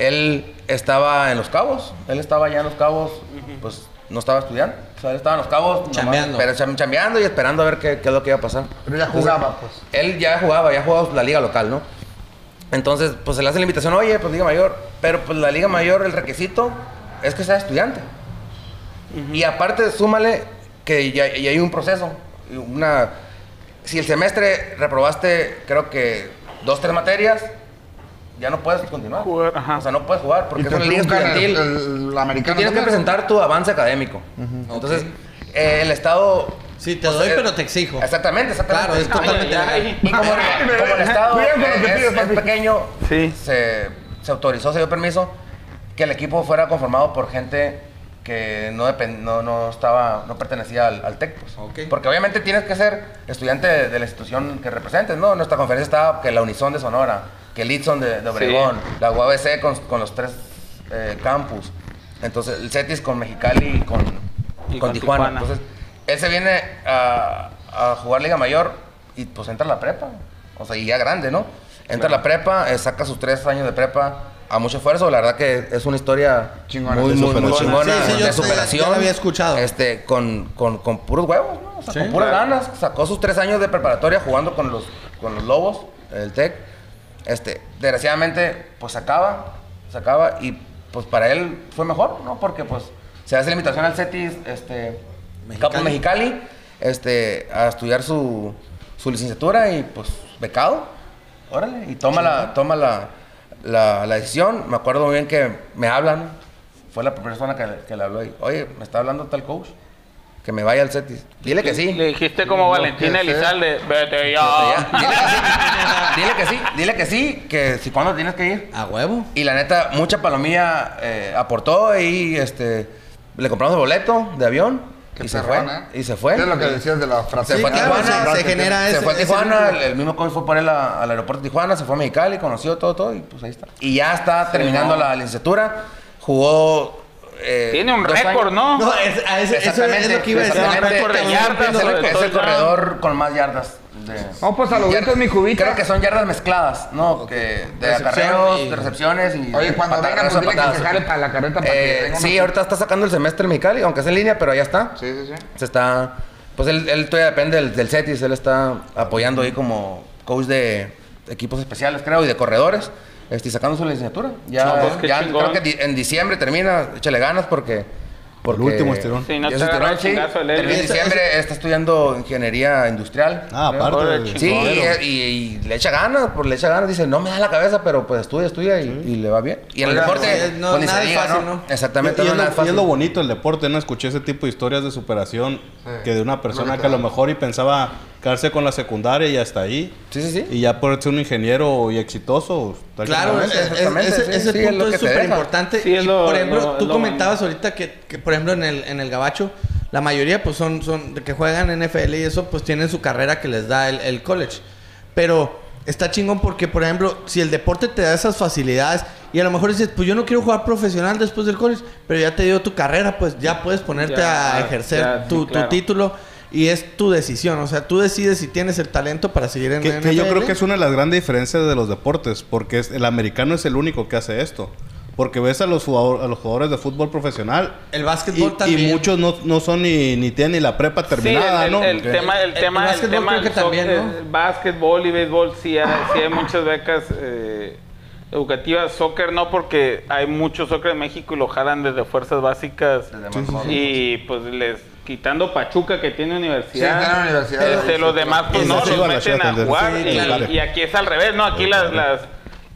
Él estaba en Los Cabos, él estaba allá en Los Cabos, pues no estaba estudiando, o sea, él estaba en Los Cabos, nomás- Chambeando. pero cham- chambeando y esperando a ver qué, qué es lo que iba a pasar. Pero ya jugaba, pues. Él ya jugaba, ya jugaba la liga local, ¿no? Entonces, pues se le hace la invitación, oye, pues Liga Mayor, pero pues la Liga Mayor, el requisito es que sea estudiante. Y aparte, súmale que ya, ya hay un proceso, y una... Si el semestre reprobaste, creo que dos, tres materias, ya no puedes continuar. Jugar, ajá. O sea, no puedes jugar porque Y es te una liga truncan el- estudiantil. el- la americana Tienes que también. presentar tu avance académico. Entonces, eh, el Estado... Sí, te doy, eh, pero te exijo. Exactamente, exactamente. Claro, es Ay, totalmente ay, ay. legal. Y como, como el Estado Cuidado con lo que es- pides, es papi. pequeño, Sí. se, se autorizó, se dio permiso que el equipo fuera conformado por gente que no, depen- no, no estaba, no pertenecía al, al TEC. pues. Ok. Porque obviamente tienes que ser estudiante de, de la institución que representes, ¿no? Nuestra conferencia estaba que la Unison de Sonora, que el Itson de, de Obregón, la UABC con, con los tres eh, campus, entonces el CETIS con Mexicali y con, Y con con Tijuana. Tijuana. Entonces, él se viene a, a jugar Liga Mayor y pues entra a la prepa. O sea, y ya grande, ¿no? Entra a la prepa, eh, saca sus tres años de prepa a mucho esfuerzo. La verdad que es una historia Chingona. muy, De muy, muy superación. chingona Sí, sí, yo de sé, superación. ya la había escuchado. Este, con, con, con puros huevos, ¿no? O sea, Sí, con puras claro. ganas. Sacó sus tres años de preparatoria jugando con los, con los Lobos, el TEC. Este, desgraciadamente, pues se acaba, se acaba y pues para él fue mejor, ¿no? Porque pues se hace la invitación al CETIS, este, Mexicali. Campus Mexicali, este, a estudiar su, su licenciatura y pues becado. Órale, y toma la, toma la, la, la decisión. Me acuerdo muy bien que me hablan. Fue la primera persona que, que le habló y, oye, me está hablando tal coach, que me vaya al CETIS. Dile que sí. Le dijiste como Valentina que sea. Elizalde, vete Ya, ya. Dile que sí, dile que sí, dile que sí, que si cuándo tienes que ir. A huevo. Y la neta, mucha palomilla eh, aportó y este, le compramos el boleto de avión Qué y se perrón, fue. ¿eh? Y se fue. Es lo que decías de la frase. Se fue a claro, Tijuana, se- se, gracias, genera se ese- fue a ese Tijuana, el, vínculo. el mismo coach fue por él a- al aeropuerto de Tijuana, se fue a Mexicali, conoció todo, todo, y pues ahí está. Y ya está terminando la licenciatura, jugó... eh, Tiene un dos récord, años. ¿no? No, es- a ese- eso es Exactamente, lo que iba a decir. exactamente. récord de yardas, Es el- es el sobre todo, corredor con más yardas. de- No, pues, a lo yardas. grito es mi cubita. Creo que son yardas mezcladas, ¿no? Que de Recepción acarreos, y- de recepciones y... Oye, cuando patadas, venga, pues, dile que patadas. se jale para la carreta para que Eh, venga una- Sí, ahorita está sacando el semestre en Mexicali, aunque es en línea, pero ya está Sí, sí, sí. se está. Pues él, él todavía depende del, del CETIS, él está apoyando ahí como coach de equipos especiales, creo, y de corredores, este, y sacando su licenciatura. Ya, No, pues, qué ya chingón. creo que di- en diciembre termina, échale ganas porque. porque último estirón. Sí, no Ya te se agarra estiró, el sí. chingazo el Eli. Termina en Eso- diciembre, está estudiando ingeniería industrial. Ah, creo. aparte. Ahora, del- Sí, Joder, y, y- y le echa ganas, pues le echa ganas. Dice, no me da la cabeza, pero pues estudia, estudia y, y le va bien. Y en el Oiga, deporte, pues, no, pues, ni se nada es diga, fácil, ¿no? ¿no? Exactamente, y, y no, es nada lo, es y es fácil. lo bonito del deporte, ¿no? Escuché ese tipo de historias de superación que de una persona que a lo mejor y pensaba quedarse con la secundaria y hasta ahí. Sí, sí, sí. Y ya por ser un ingeniero y exitoso. está Claro, chingón. es- es- exactamente, ese, sí, ese sí, es punto lo es que te súper deja. importante. Sí, es y, lo- por ejemplo, lo- tú lo comentabas ahorita que, que, por ejemplo, en el, en el Gabacho, la mayoría, pues, son, son de que juegan NFL y eso, pues, tienen su carrera que les da el, el college. Pero está chingón porque, por ejemplo, si el deporte te da esas facilidades y a lo mejor dices, pues, yo no quiero jugar profesional después del college, pero ya te dio tu carrera, pues, ya puedes ponerte Ya, a ejercer ya, sí, tu, tu claro. título y es tu decisión. O sea, tú decides si tienes el talento para seguir en Que, la que yo NFL. creo que es una de las grandes diferencias de los deportes, porque es- el americano es el único que hace esto. Porque ves a los, jugador- a los jugadores de fútbol profesional. El Y, básquetbol y también. muchos no, no son ni, ni tienen ni la prepa terminada, sí, el, ¿no? el, el Que- tema, el El- el tema, el, básquetbol tema creo que del soc- también, ¿no? el básquetbol y béisbol sí hay, sí hay muchas becas eh, educativas, soccer no porque hay mucho soccer en México y lo jalan desde fuerzas básicas Desde más joven. y pues les quitando Pachuca que tiene universidad, Sí, tiene universidad. este, los demás pues Ese no sí los iba a la meten ciudad a también. jugar Sí, y, claro. y aquí es al revés, no aquí las, las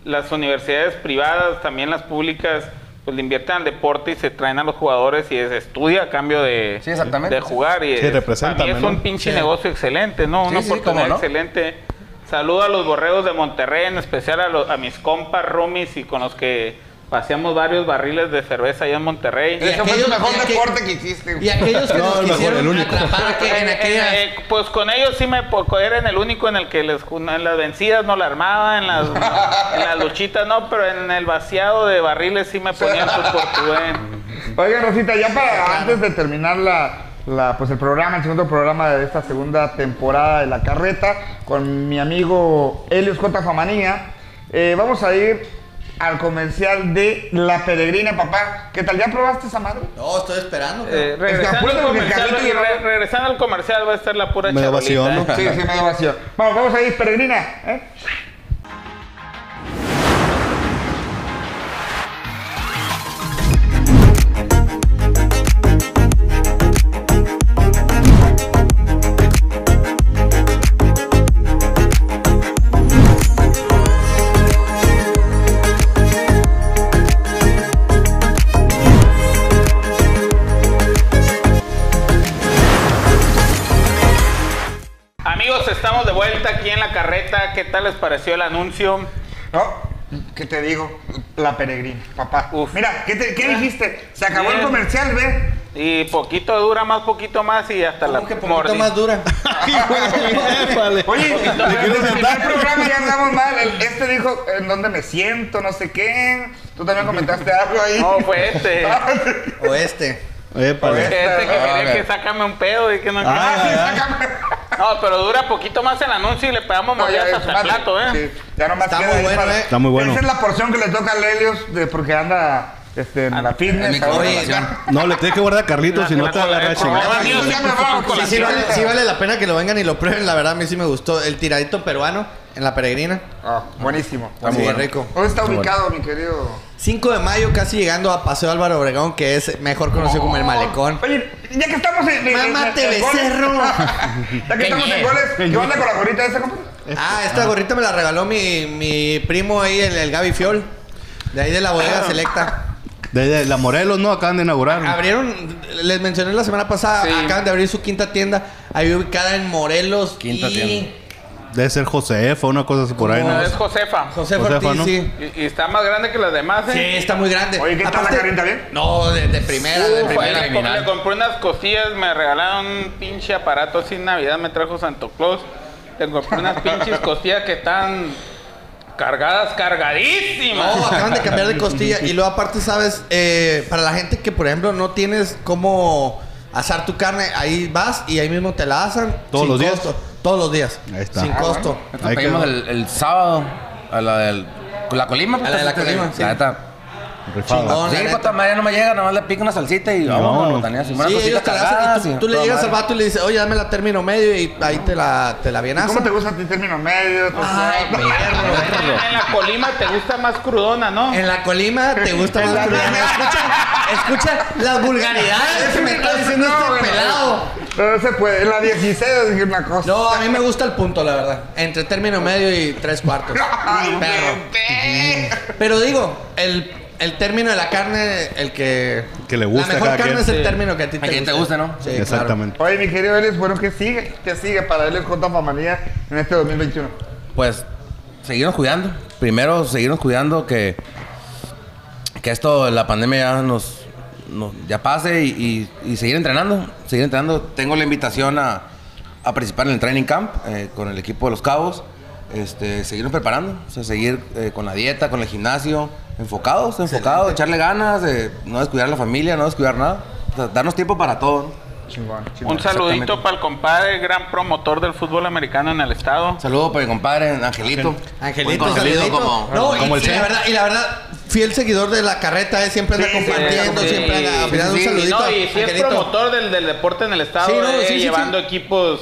las universidades privadas también las públicas pues le invierten al deporte y se traen a los jugadores y es estudia a cambio de, Sí, exactamente. de jugar y Sí, es- represéntame, para mí es un ¿no? pinche Sí. negocio excelente, ¿no? Una Sí, sí, oportunidad cómo no. excelente. Saludo a los borreos de Monterrey, en especial a, los- a mis compas, roomies y con los que paseamos varios barriles de cerveza allá en Monterrey. Ese fue aquellos- tu mejor y aquel- deporte que hiciste, Y güey. aquellos que No, nos el mejor, quisieron el único. atrapar a que- en En- en- aquellas... eh, pues con ellos sí me poco eran el único en el que les en las vencidas no la armaba, en las, en las luchitas no, pero en el vaciado de barriles sí me ponían su portugués. Oiga, Rosita, ya para antes de terminar la, la, pues el programa, el segundo programa de esta segunda temporada de La Carreta con mi amigo Helios J. Famanía. Eh, vamos a ir al comercial de La Peregrina, papá. ¿Qué tal? ¿Ya probaste esa madre? No, estoy esperando. Eh, cabrón. regresando, apúrate al porque comercial, Carlito llegó. re- regresando al comercial va a estar la pura Medio vacío, chavalita, ¿no? ¿eh? Sí, sí, medio vacío. Vamos, vamos a ir, Peregrina. ¿eh? Amigos, estamos de vuelta aquí en la carreta. ¿Qué tal les pareció el anuncio? No, ¿qué te digo? La Peregrina, papá. Uf. Mira, ¿qué, te- qué Mira. dijiste? Se acabó el Bien. comercial, ve. Y poquito dura más, poquito más y hasta la Como que poquito mordi- más dura. Épale. Oye, ¿Te en el quieres primer sentar? programa ya andamos mal. El- Este dijo en dónde me siento, no sé qué. Tú también comentaste algo ahí. No, fue este. Ah, O este. Épale. Este que Ah, quería ok. que sácame un pedo y que no. Ah, sí, ah. sácame. No, pero dura poquito más el anuncio y le pegamos No, ya, monedas ya, hasta el madre. plato, ¿eh? Sí, ya nomás Está queda muy ahí bueno, para- ¿eh? Está muy bueno. Esa es la porción que le toca a Lelios de, porque anda este, en Ah, la en fitness. mi ahora. colaboración. No, le tienes que guardar a Carlitos, La- si no la- te agarra la- a chingar. la- Yo siempre Sí, con Sí, la sí vale, tierra. sí vale la pena que lo vengan y lo prueben. La verdad, a mí sí me gustó. El tiradito peruano en la peregrina. Ah, buenísimo. Está muy Sí, bueno. rico. ¿Dónde está Muy ubicado, mi querido? 5 de mayo, casi llegando a Paseo Álvaro Obregón, que es mejor conocido como el Malecón. Oye, ya que estamos en. en- Mámate, en- en goles- becerro. ya que estamos en goles, ¿qué onda con la gorrita esa, compa? Ah, esta gorrita me la regaló mi, mi primo ahí, el, el Gaby Fiol. De ahí de la bodega Ah. selecta. De, de la Morelos, ¿no? Acaban de inaugurar. Abrieron, les mencioné la semana pasada, Sí. acaban de abrir su quinta tienda. Ahí ubicada en Morelos. Quinta y tienda. Debe ser Josefa, una cosa así por ahí, No, ¿no? es Josefa. José Josefa, Ortiz, ¿no? sí. Y, y está más grande que las demás, ¿eh? Sí, está muy grande. Oye, ¿qué tal la carnita, bien? No, de, de primera, de Uf, ahí primera. le, com- le compré unas cosillas, me regalaron un pinche aparato así en Navidad, me trajo Santo Claus. Le compré unas pinches cosillas que están cargadas, cargadísimas. No, acaban de cambiar de costilla. Y luego, aparte, sabes, Eh, para la gente que, por ejemplo, no tienes cómo asar tu carne, ahí vas y ahí mismo te la asan. ¿Todos sin los días? costo. Todos los días. Ahí está. Sin Ah, costo. Esto Ahí pedimos quedó. el, el sábado a la del. con La Colima, pues, A la de la este, Colima, sí. La neta. Rifado. Chingón, sí, la pues neta. toda madre no me llega, nomás le pico una salsita y vamos a la no. botanía. Así, unas Sí, cositas ellos te la cargadas hacen y y tú, tú le toda llegas al madre. vato y le dices, oye, dame la término medio y ahí te la, te la bien ¿Cómo te asan. gusta a ti término medio? otro Ay, Pues, no? perro. En la colima te gusta más crudona, ¿no? En la colima te gusta más la crudeza. Escucha, escucha las vulgaridades que me está diciendo No, este bueno. pelado. No, no se puede. En la 16 dije una cosa. No, a mí me gusta el punto, la verdad. Entre término medio y tres cuartos. Ay, Perro. Pero digo, el, el término de la carne, el que. Que le gusta La a mejor cada carne quien. es el Sí. término que a ti A quien te guste, ¿no? Sí, Exactamente. Exactamente. Oye, mi querido Elios, bueno, ¿qué sigue? ¿Qué sigue para Elios J. Famanía en este 2021? Pues, seguirnos cuidando. Primero, seguirnos cuidando que. que esto, la pandemia ya nos. nos- ya pase y, y- y seguir entrenando. Seguir entrenando. Tengo la invitación a, a participar en el training camp eh, con el equipo de los Cabos. Este, seguirnos preparando, o sea, seguir eh, con la dieta, con el gimnasio, enfocados, enfocados, echarle ganas, eh, no descuidar a la familia, no descuidar nada, O sea, darnos tiempo para todo. ¿no? Chingón, chingón. Un saludito para el compadre, gran promotor del fútbol americano en el estado. Saludos para mi compadre Angelito. Angelito, Buen saludito. como- no, como y, el y la Che. verdad, y la verdad, fiel seguidor de la carreta, eh, siempre anda Sí, sí, compartiendo, sí, siempre anda. al final, sí, un sí. saludito. Eh, No, y a si es Angelito. promotor del, del deporte en el estado, Sí, no, eh, sí, sí, llevando sí. equipos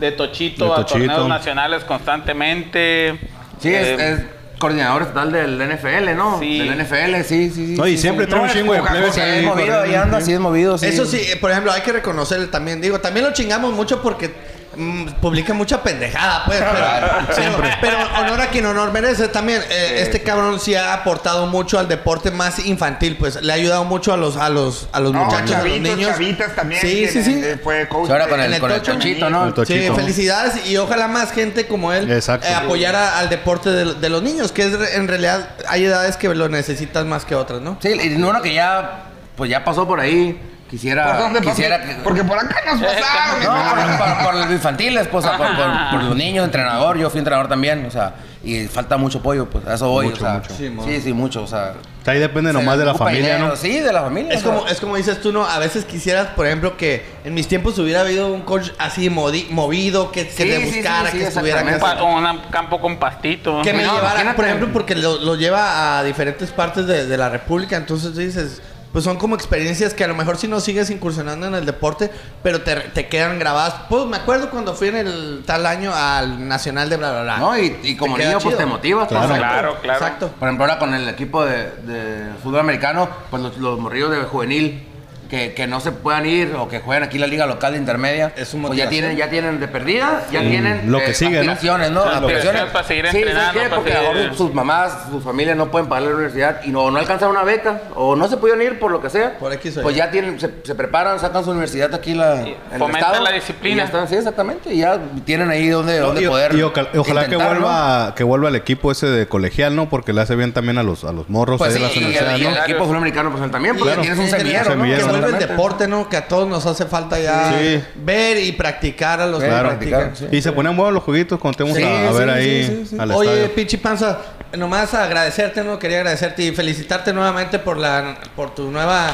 de tochito, De a Tochito. torneos nacionales constantemente. Sí, es, Eh, es coordinador estatal del NFL, ¿no? Sí. Del NFL, sí, sí, sí. No, y sí, siempre sí. trae un No, chingo de es plebes Coca-Cola, ahí es movido, corriendo, ahí anda, sí. sí es movido, sí. Eso sí, eh, por ejemplo, hay que reconocerle también. Digo, también lo chingamos mucho porque mm, publica mucha pendejada, pues. Pero, siempre. Pero, honor a quien honor merece también. Eh, este cabrón sí ha aportado mucho al deporte más infantil, pues. Le ha ayudado mucho a los, a los, a los No, muchachos, a los chavitos, niños. chavitas también. Sí, que sí, en- sí. eh, Fue coach. Sí, Pues ahora con de- el, en el con el tocho. chochito, ¿no? El tocho. Sí, Tochito. felicidades y ojalá más gente como él Exacto. eh, apoyara al deporte de, de los niños, que es re- en realidad hay edades que lo necesitas más que otras, ¿no? Sí, y uno que ya, pues ya pasó por ahí, que Quisiera. ¿Por dónde, papi? quisiera que- Porque por acá nos pasaron. No, por, mi- por- por los infantiles, pues, o sea, por, por- por los niños, entrenador, yo fui entrenador también, o sea, y falta mucho apoyo, pues, a eso voy, Mucho, o sea, mucho. Sí, sí, mucho, o sea. O sea, ahí depende se nomás de la ocupa familia, dinero, ¿no? Sí, de la familia. Es o sea. como, es como dices tú, ¿no? A veces quisieras, por ejemplo, que en mis tiempos hubiera habido un coach así modi- movido, que, que Sí, le sí, sí, buscara, sí, que estuviera... Un, exactamente. Que, pa- un campo con pastito. que me No, llevara, imagínate. por ejemplo, porque lo, lo lleva a diferentes partes de, de la república. Entonces dices, pues son como experiencias que a lo mejor si no sigues incursionando en el deporte, pero te, te quedan grabadas. Pues me acuerdo cuando fui en el tal año al Nacional de bla, bla, bla. No, y, y como Te queda niño, pues chido. te motivas. pues, Claro. o sea, Claro, claro. Exacto. Por ejemplo, ahora con el equipo de, de fútbol americano, pues los, los morrillos de juvenil que, que no se puedan ir o que juegan aquí la liga local de intermedia, Es su pues ya motivación. tienen, ya tienen de perdida, ya tienen eh, lo que sigue, ¿no? aspiraciones, ¿no? Sí, lo que Aspiraciones. sea, para seguir Sí, ¿sabes entrenando, qué? para Porque seguir- ahora sus mamás, sus familias no pueden pagar la universidad y no, no alcanzaron una beca o no se pudieron ir por lo que sea. Por X o Y. Pues ya tienen, se, se preparan, sacan su universidad aquí la, en el fomentan estado la y disciplina. ya están- sí, exactamente. Y ya tienen ahí donde, No, donde y- poder y oca- ojalá que intentar, ¿no? vuelva que vuelva el equipo ese de colegial, ¿no? Porque le hace bien también a los a los morros Pues ahí sí, de las y, universidades, y el ¿no? equipo de fútbol americano pues, también, porque Claro. tienes un Sí, semillero, un ¿no? semillero, Que vuelve el Exactamente. deporte, ¿no? Que a todos nos hace falta ya Sí. ver y practicar a los Ver que y practican. practicar, sí. Y se ponían buenos los jueguitos cuando te íbamos Sí, a, a sí, ver sí, ahí sí, sí. al Oye, estadio. pinche panza, nomás agradecerte, ¿no? Quería agradecerte y felicitarte nuevamente por la por tu nueva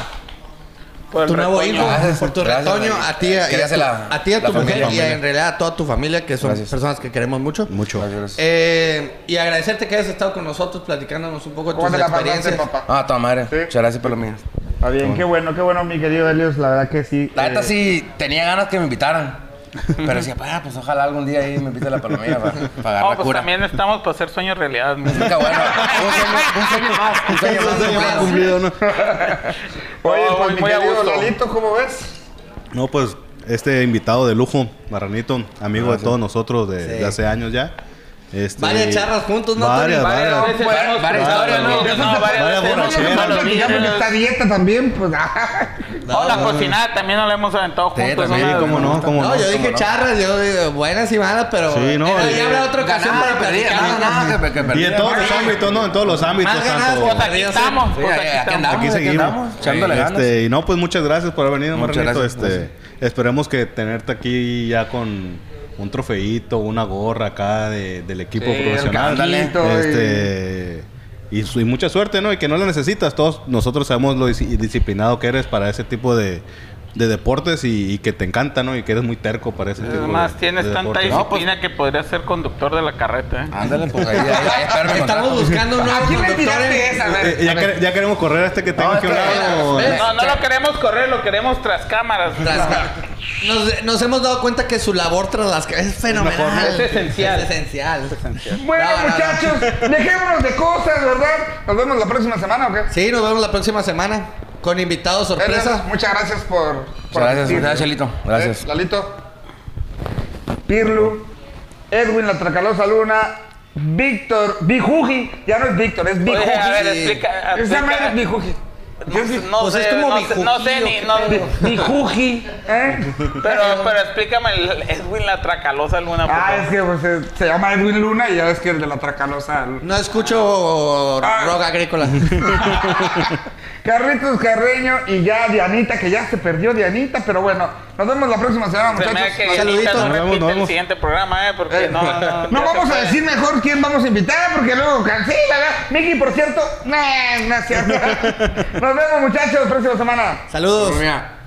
Por el tu nuevo retoño. hijo, Gracias, por tu gracias, retoño, David. a ti, y a, Quería tu, hacer la- a ti, a la tu mujer familia. y en realidad a toda tu familia, que son Gracias. personas que queremos mucho. Mucho. Eh, y agradecerte que hayas estado con nosotros platicándonos un poco de ¿Cómo tus te la pasaste, experiencias. papá? Ah, toda madre. Sí. Muchas gracias por lo mío. Está bien, qué bueno, qué bueno, mi querido Helios. La verdad que sí. La neta eh, sí tenía ganas que me invitaran. Pero decía, "Ah, pues ojalá algún día ahí me invite la palomilla para pagar No, la pues cura. también estamos para hacer sueños realidad. mi. Nunca bueno. Un sueño, un sueño más. Un sueño más. Ya cumplido. cumplido, ¿no? Oye, Oh, pues muy- mi muy a querido gusto. Lalito, ¿cómo ves? No, pues este invitado de lujo, Marranito, amigo de todos nosotros de, de Ah, Sí. hace años ya. Este, Varias charlas juntos, ¿no, Tony? Varias, Varias varias. veces Varias- hemos varias cruzado, historias, ¿no? ¿no? No, varias Varias veces hemos borracheras. cruzado los Ya porque niños. está a dieta también, pues. No, la cocinada también nos la hemos aventado Sí, juntos. también, una- cómo no, cómo No, no. yo dije no? charlas, yo digo buenas y malas, pero. Sí, no, eh, Pero y- ya habrá otra ocasión Ganaba, para perdía, no, platicar. nada que- que Y perdía. en todos Sí, los ámbitos, ¿no? En todos los ámbitos, Más ganadas tanto- que Pues aquí estamos, pues aquí, aquí estamos. andamos, Aquí aquí seguimos. andamos, echándole Sí, ganas. este, y no, pues muchas gracias por haber venido, Muchas Marranito. gracias, este, Esperemos que tenerte aquí ya con un trofeito, una gorra acá de- del equipo Sí, profesional. ándale. Este, y, su- y mucha suerte, ¿no? Y que no la necesitas. Todos nosotros sabemos lo disi- disciplinado que eres para ese tipo de, de deportes y, y que te encanta, ¿no? Y que eres muy terco para ese tipo de Además, tienes de tanta deportes. No, pues- disciplina que podrías ser conductor de la carreta. ¿eh? Ándale, pues ahí, ahí, ahí espérame. Estamos buscando un nuevo ¿A quién le conductor en- tiraste esa? A Eh, ver. ya, quere- ya queremos correr a este que tengo es aquí que- a un lado. ves, No, no lo queremos correr, lo queremos tras cámaras. Tras- nos, nos hemos dado cuenta que su labor tras las ca- es fenomenal. Es esencial. Es esencial. Bueno, No, no, no. muchachos, dejémonos de cosas, ¿verdad? Nos vemos la próxima semana, ¿o qué? Sí, nos vemos la próxima semana con invitados Helios, sorpresa. Muchas gracias por. por gracias, asistir. gracias, Chelito. Gracias. Eh, Lalito. Pirlu, Edwin La Tracalosa Luna, Víctor, Bijuji. Ya no es Víctor, es Bijuji. Oye, a ver, Sí. explica. Esa madre es explica. Bijuji. Yo sí- No Pues es sé, como no sé- no sé ni. bijujío, no- ¿qué Bijuji, ¿eh? Pero, pero explícame, el Edwin la tracalosa luna. por Ah, favor. es que pues, se, se llama Edwin Luna y ya ves que el de La Tracalosa. No escucho Ah. rock agrícola. Carritos Carreño y ya Dianita, que ya se perdió Dianita, pero bueno, nos vemos la próxima semana, Se me muchachos. da que Saluditos. Dianita no Nos vemos, nos repite el vemos. siguiente programa, ¿eh? Porque Eh, no. no, No ya vamos se a fue. decir mejor quién vamos a invitar porque luego cancela, ¿verdad? Miki, por cierto, nah, no es cierto. Nos vemos, muchachos, próxima semana. Saludos. Mira.